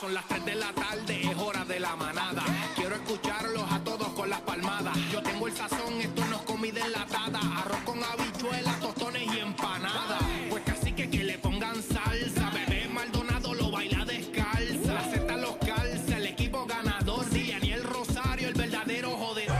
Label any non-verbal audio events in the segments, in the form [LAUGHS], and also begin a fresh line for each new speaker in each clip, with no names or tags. Son las 3 de la tarde, es hora de la manada. Quiero escucharlos a todos con las palmadas. Yo tengo el sazón, esto no es comida enlatada. Arroz con habichuelas, tostones y empanadas. Pues casi que que le pongan salsa. Bebé Maldonado lo baila descalza. La Z los calza, el equipo ganador. Y Daniel Rosario, el verdadero jodedor.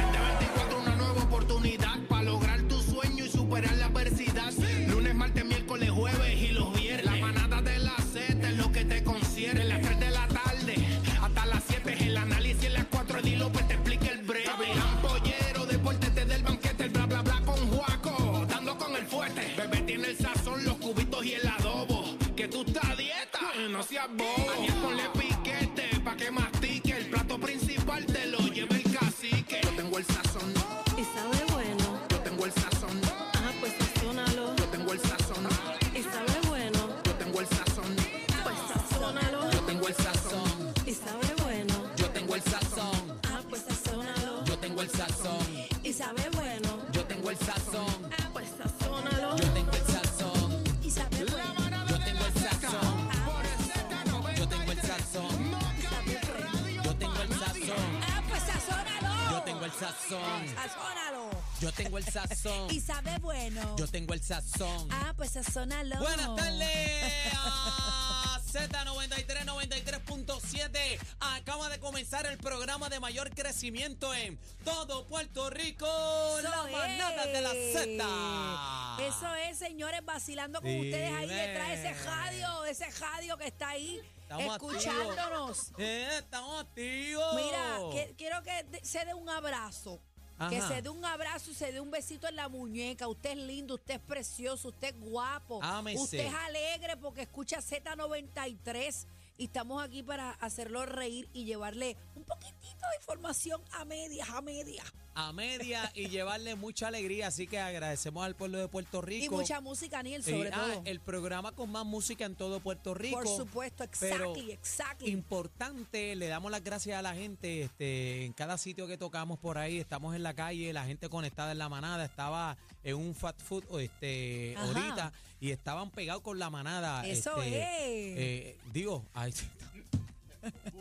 2024, una nueva oportunidad para lograr tu sueño y superar la adversidad. Lunes, martes, miércoles, jueves y los viernes. La manada de la Z es lo que te concierne. De las 3 de la tarde hasta las 7 es el análisis. En las 4 Eddie López pues te explica el breve. Gran pollero, depórtete del banquete. El bla bla bla con Juaco, dando con el fuerte. Bebé tiene el sazón, los cubitos y el adobo. Que tú estás a dieta, no seas bobo. Daniel, ponle piquete pa' que mastique. El plato principal te lo lleva el cacique. Yo tengo el sazón,
Y sabe bueno,
yo tengo el sazón,
ah, pues sazónalo.
yo tengo el sazón,
Y sabe bueno,
yo tengo el sazón,
pues sazónalo.
yo tengo el sazón,
Y sabe bueno,
yo tengo el sazón,
ah, pues sazónalo.
yo tengo el sazón,
Y sabe bueno,
yo tengo el sazón,
ah, pues sazónalo.
yo tengo el sazón.
Y sabe bueno,
Yo tengo el sazón,
ah, pues sazónalo.
yo tengo el sazón,
Y sabe bueno,
yo tengo el sazón,
ah, pues sazónalo.
yo tengo el sazón,
Sazónalo.
yo tengo el sazón,
Y sabe bueno,
yo tengo el sazón.
ah, pues sazónalo.
Buenas tardes. a Z93 93.7. Acaba de comenzar el programa de mayor crecimiento en todo Puerto Rico.
Eso
la manada
es.
de la Z.
Eso es, señores, vacilando con
Dime.
ustedes ahí detrás de ese radio, ese radio que está ahí
Estamos
escuchándonos.
Eh, estamos activos.
Mira, que- quiero que de- se dé un abrazo. Que
Ajá.
se dé un abrazo y se dé un besito en la muñeca. Usted es lindo, usted es precioso, usted es guapo.
Ámese.
Usted es alegre porque escucha Z93 y estamos aquí para hacerlo reír y llevarle un poquitito de información a medias, a medias.
A media y llevarle mucha alegría. Así que agradecemos al pueblo de Puerto Rico.
Y mucha música, Aniel, sobre
Eh, ah,
todo.
el programa con más música en todo Puerto Rico.
Por supuesto,
pero
exactly, exactly.
importante, le damos las gracias a la gente este, en cada sitio que tocamos por ahí, estamos en la calle, la gente conectada en la manada, estaba en un fat food o este,
Ajá.
ahorita y estaban pegados con la manada.
Eso
este,
es.
eh, digo, ay, [LAUGHS]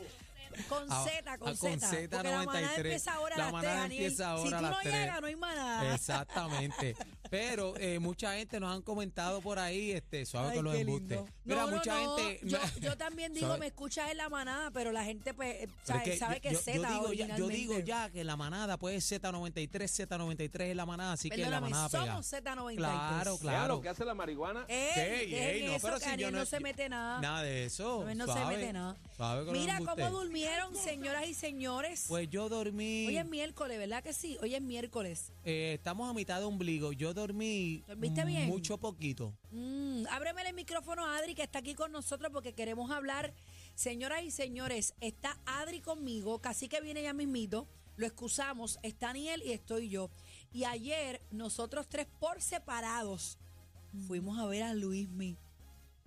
Con
Ah,
Z,
ah,
con
con
Z.
Z93.
porque la manada empieza ahora
La
a las
manada
3, Daniel.
empieza ahora
si tú
a las
no
3.
llegas, no hay manada.
Exactamente. Pero eh, mucha gente nos han comentado por ahí, este, suave
Ay,
con los
qué
embustes.
lindo.
Mira,
No, no,
mucha
no.
gente.
Yo, yo también digo,
¿Sabe?
me escuchas en la manada, pero la gente pues, eh,
Pero
sabe,
es que
sabe
yo-
que
yo-
es Z.
yo, digo ya, yo digo
originalmente.
ya que la manada puede ser Z93, Z93 es la manada, así que la
Perdóname,
manada pega.
somos Z93.
Claro,
Vea lo
claro.
que hace la marihuana.
Ey,
Ey, ey,
dejen
no,
eso,
pero
que
si yo
Daniel no,
no-
se mete nada.
Nada de eso.
Daniel no
suave,
se mete nada.
suave con los
Mira cómo
embustes.
durmieron, señoras y señores.
Pues yo dormí.
Hoy es miércoles, ¿verdad que sí? Hoy es miércoles.
eh, estamos a mitad de ombligo. Yo dormí.
¿Dormiste bien?
Mucho poquito.
Mm, ábreme el micrófono a Adri, que está aquí con nosotros porque queremos hablar. Señoras y señores, está Adri conmigo, casi que viene ya mismito. Lo excusamos, está Daniel y estoy yo. Y ayer, nosotros tres por separados, fuimos a ver a Luismi.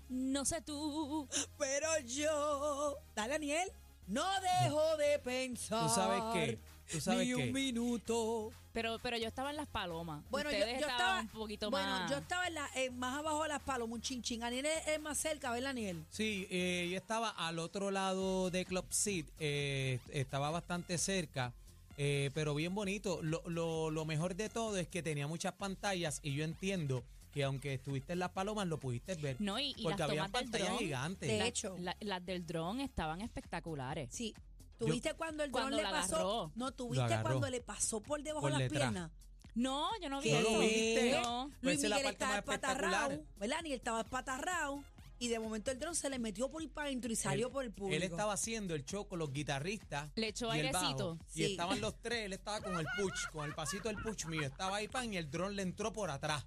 No sé tú, pero yo. Dale, Daniel. No dejo de pensar.
¿Tú sabes qué? ¿Tú sabes
ni un
qué?
minuto.
Pero, pero yo estaba en las palomas.
Bueno, yo,
Ustedes
yo
estaban
estaba
un poquito
bueno,
más.
yo estaba en la- eh, más abajo de las palomas, un chinchín. Aniel es, es más cerca, ¿verdad, Aniel?
Sí, eh, yo estaba al otro lado de Club Seat, eh, estaba bastante cerca, eh, pero bien bonito. Lo, lo- lo mejor de todo es que tenía muchas pantallas y yo entiendo que aunque estuviste en Las Palomas lo pudiste ver.
No, y, y
porque
las
había
tomas del
pantallas
dron.
gigantes.
De
las-
hecho.
la- las del dron estaban espectaculares.
Sí. ¿Tuviste cuando el dron
cuando
le
la
pasó?
agarró.
No,
Lo
¿tuviste
agarró.
cuando le pasó por debajo
Por
de las
detrás.
piernas?
No, yo no vi
¿Qué?
¿No lo
eso.
viste?
No.
Pues
Luis
esa es la
Miguel
parte
estaba
más espectacular.
espatarrao, ¿verdad? Aniel estaba espatarrao y de momento el dron se le metió por el adentro y salió
Él-
por el público.
Él estaba haciendo el show con los guitarristas.
Le echó
y el bajo,
airecito.
Y
Sí.
estaban los tres, él estaba con el push, con el pasito del push mío. Estaba ahí pan y el dron le entró por atrás.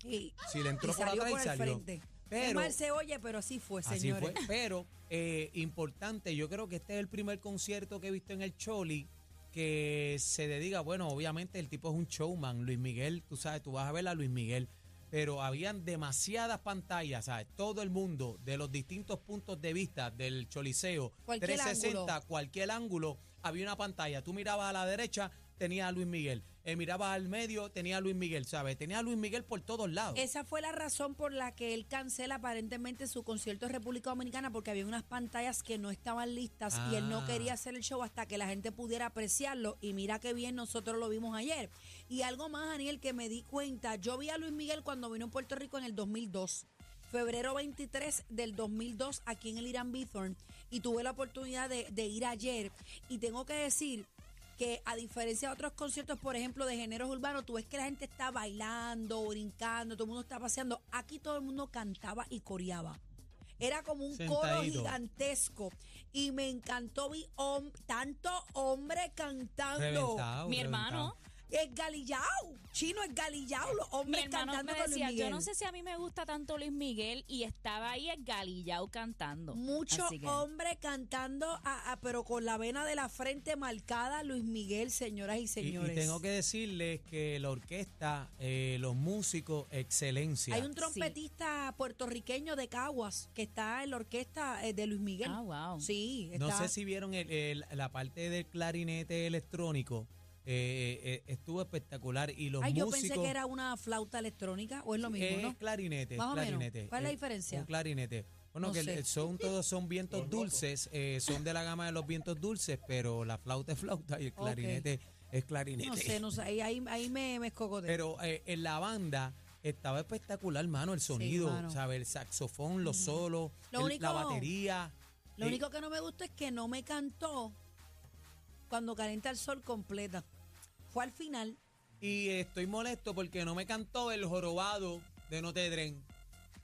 Sí.
Sí, le entró
Y
por
salió
atrás y
por el
salió.
frente. Qué
Pero-
mal se oye, pero así fue,
Así
señores.
fue. Pero eh, importante, yo creo que este es el primer concierto que he visto en el Choli que se dedica, bueno, obviamente el tipo es un showman, Luis Miguel, tú sabes, tú vas a ver a Luis Miguel, pero habían demasiadas pantallas, ¿sabes? Todo el mundo, de los distintos puntos de vista del Choliseo,
Cualquier
360, cualquier ángulo, había una pantalla. Tú mirabas a la derecha, tenía a Luis Miguel. Eh, miraba al medio, tenía a Luis Miguel, ¿sabes? Tenía a Luis Miguel por todos lados.
Esa fue la razón por la que él cancela aparentemente su concierto en República Dominicana porque había unas pantallas que no estaban listas y él no
Ah.
quería hacer el show hasta que la gente pudiera apreciarlo. Y mira qué bien nosotros lo vimos ayer. Y algo más, Daniel, que me di cuenta. Yo vi a Luis Miguel cuando vino a Puerto Rico en el 2002. Febrero 23 del 2002 aquí en el Irán Bithorn y tuve la oportunidad de, de ir ayer y tengo que decir que a diferencia de otros conciertos, por ejemplo, de géneros urbanos, tú ves que la gente está bailando, brincando, todo el mundo está paseando. Aquí todo el mundo cantaba y coreaba. Era como un coro
Sentadito.
gigantesco. Y me encantó, vi hom- tanto hombre cantando.
Reventado,
Mi hermano.
reventado.
Es galillao. Chino es galillao, los
Mi
hombres
hermano
cantando
me
con Luis
decía, yo
Miguel.
no sé si a mí me gusta tanto Luis Miguel y estaba ahí el galillao cantando.
Mucho
Así que-
hombre cantando, a- a- pero con la vena de la frente marcada, Luis Miguel, señoras y
Y-
señores.
Y, tengo que decirles que la orquesta, eh, los músicos, excelencia.
Hay un trompetista puertorriqueño de Caguas que está en la orquesta eh, de Luis Miguel.
Ah, wow.
Sí, está.
No sé si vieron el- el- la parte del clarinete electrónico. eh, eh, estuvo espectacular. Y los
Ay, yo
músicos.
pensé que era una flauta electrónica o es lo mismo,
es
¿no?
clarinete,
Más o menos.
clarinete.
¿Cuál es la
Eh,
diferencia?
Un clarinete. Bueno,
No
que el-
sé.
son todos son vientos dulces, eh, son de la gama de los vientos dulces, pero la flauta es flauta y el
Ok.
clarinete es clarinete.
No sé, no sé, ahí, ahí, ahí me, me escogoté.
Pero eh, en la banda estaba espectacular, mano, el sonido,
mano.
¿sabes? El saxofón, los solos,
Lo
el- la
único-
batería.
lo
Eh,
único que no me gusta es que no me cantó cuando calienta el sol completa. Fue al final.
Y estoy molesto porque no me cantó el jorobado de No te dren.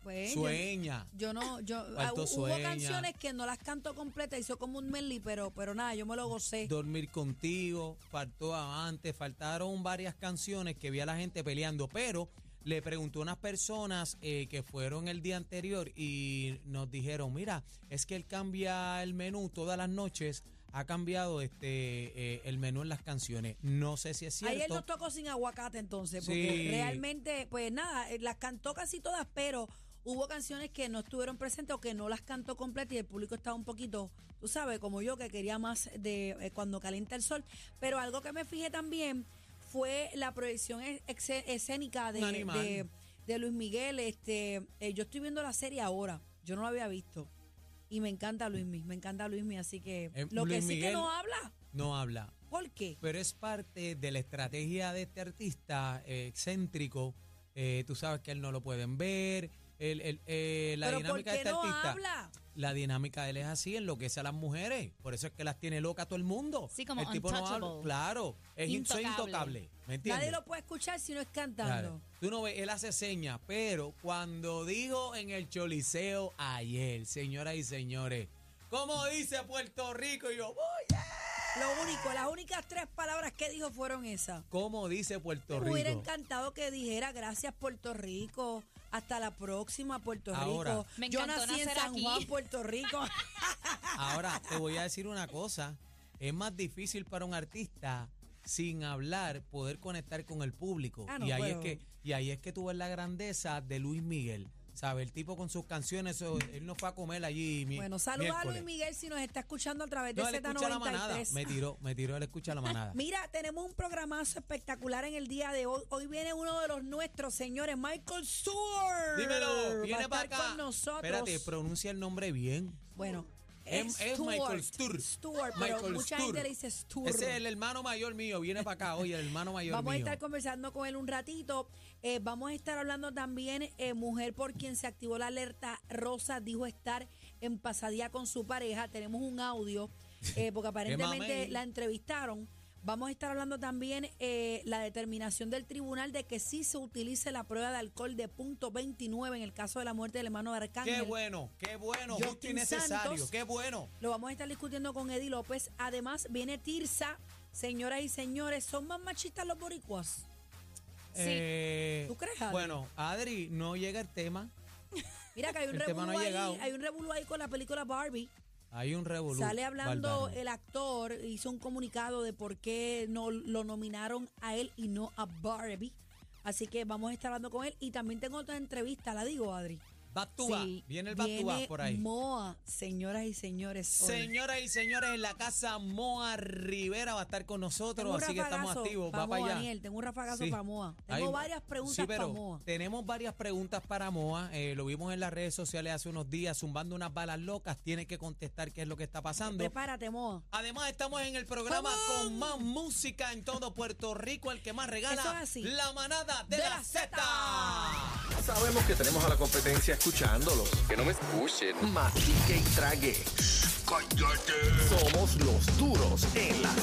Pues, yo-
Sueña.
Yo no, yo ah,
Faltó
hubo
sueña.
canciones que no las canto completa, hizo como un medley, pero, pero nada, yo me lo gocé.
Dormir contigo, faltó Avante, faltaron varias canciones que vi a la gente peleando, pero le preguntó a unas personas eh, que fueron el día anterior y nos dijeron, mira, es que él cambia el menú todas las noches, ha cambiado este eh, el menú en las canciones. No sé si es cierto.
Ayer los tocó sin aguacate entonces,
Sí.
porque realmente, pues nada, eh, las cantó casi todas, pero hubo canciones que no estuvieron presentes o que no las cantó completas y el público estaba un poquito, tú sabes, como yo, que quería más de eh, cuando calienta el sol. Pero algo que me fijé también fue la proyección e- exe- escénica de,
Un animal.
de, de Luis Miguel. Este, eh, yo estoy viendo la serie ahora, yo no la había visto. Y me encanta Luis Miguel, me encanta Luis Miguel, así que
Eh,
lo que
Luis
sí que
Miguel-
no habla,
No habla.
¿por qué?
pero es parte de la estrategia de este artista eh, excéntrico. Eh, tú sabes que él no lo pueden ver. Él- él, eh, la
pero ¿por
dinámica de
qué
este
no
artista.
habla?
La dinámica de él es así, enloquece a las mujeres. Por eso es que las tiene loca todo el mundo.
Sí, como
el tipo no habla.
untouchable.
Claro, es in- soy
Intocable.
intocable. ¿Me entiendes?
Nadie lo puede escuchar si no es
Claro.
cantando.
Tú no ves, él hace señas, pero cuando dijo en el Choliseo ayer, señoras y señores, ¿cómo dice Puerto Rico? Y yo, voy.
Lo único, las únicas tres palabras que dijo fueron esas.
¿Cómo dice Puerto
Me
Rico?
hubiera encantado que dijera gracias Puerto Rico, hasta la próxima Puerto
Ahora.
Rico.
Me
Yo
encantó
nací en
nacer
San
aquí.
Juan, Puerto Rico.
Ahora, te voy a decir una cosa. Es más difícil para un artista sin hablar poder conectar con el público.
Ah, no,
y, ahí
pero-
es que, y ahí es que tú ves la grandeza de Luis Miguel. ¿Sabe? El tipo con sus canciones, eso, él no fue a comer allí. [LAUGHS] mi-
bueno, saluda a
miércoles.
Luis Miguel si nos está escuchando a través de
No, él escucha la manada. Me
Z93. Ah,
tiró, me tiró, él escucha la manada.
Mira, tenemos un programazo espectacular en el día de hoy. Hoy viene uno de los nuestros, señores, Michael Stewart.
Dímelo,
Va a
viene
estar
para acá.
con nosotros.
Espérate, pronuncia el nombre bien.
Bueno,
Es- es Michael Stur.
Stewart, pero
Michael
mucha
Stur.
gente le dice Stewart.
Ese es el hermano mayor mío, viene para acá, oye, el hermano mayor
Vamos a
mío.
estar conversando con él un ratito. Eh, vamos a estar hablando también, eh, mujer por quien se activó la alerta rosa, dijo estar en pasadía con su pareja. Tenemos un audio,
[LAUGHS]
eh, porque aparentemente
mamey.
la entrevistaron. Vamos a estar hablando también eh, la determinación del tribunal de que sí se utilice la prueba de alcohol de punto 29 en el caso de la muerte del hermano de Arcángel.
Qué bueno, qué bueno, justo y
Justin
necesario,
Santos.
qué bueno.
Lo vamos a estar discutiendo con Eddie López. Además, viene Tirsa. Señoras y señores, ¿son más machistas los boricuas?
Sí.
Eh,
¿Tú crees, Adri?
Bueno, Adri, no llega el tema.
Mira que hay un
El tema
revolú
no Este ha
ahí,
llegado.
hay un revolú ahí con la película Barbie.
Hay un revolú.
Sale hablando
bárbaro.
el actor, hizo un comunicado de por qué no lo nominaron a él y no a Barbie. Así que vamos a estar hablando con él. Y también tengo otra entrevista, la digo, Adri.
Back to back.
Sí,
Viene el back to back
viene
por ahí.
Moa, señoras y señores. hoy.
Señoras y señores, en la casa Moa Rivera va a estar con
Tengo
nosotros,
un
así que estamos
rafagazo
activos.
pa'
Va para
Moa,
allá.
Daniel, tengo un rafagazo
Sí.
para Moa. Tengo
Hay-
varias preguntas
sí,
para
pero
Moa.
Tenemos varias preguntas para Moa. eh, lo vimos en las redes sociales hace unos días, zumbando unas balas locas. Tiene que contestar qué es lo que está pasando.
Prepárate, Moa.
Además, estamos en el programa con más música en todo Puerto Rico, el que más regala
Eso es así.
la manada de,
De
la,
la
Z.
Sabemos que tenemos a la competencia escuchándolos.
Que no me escuchen.
Mastique y trague. Somos los duros en las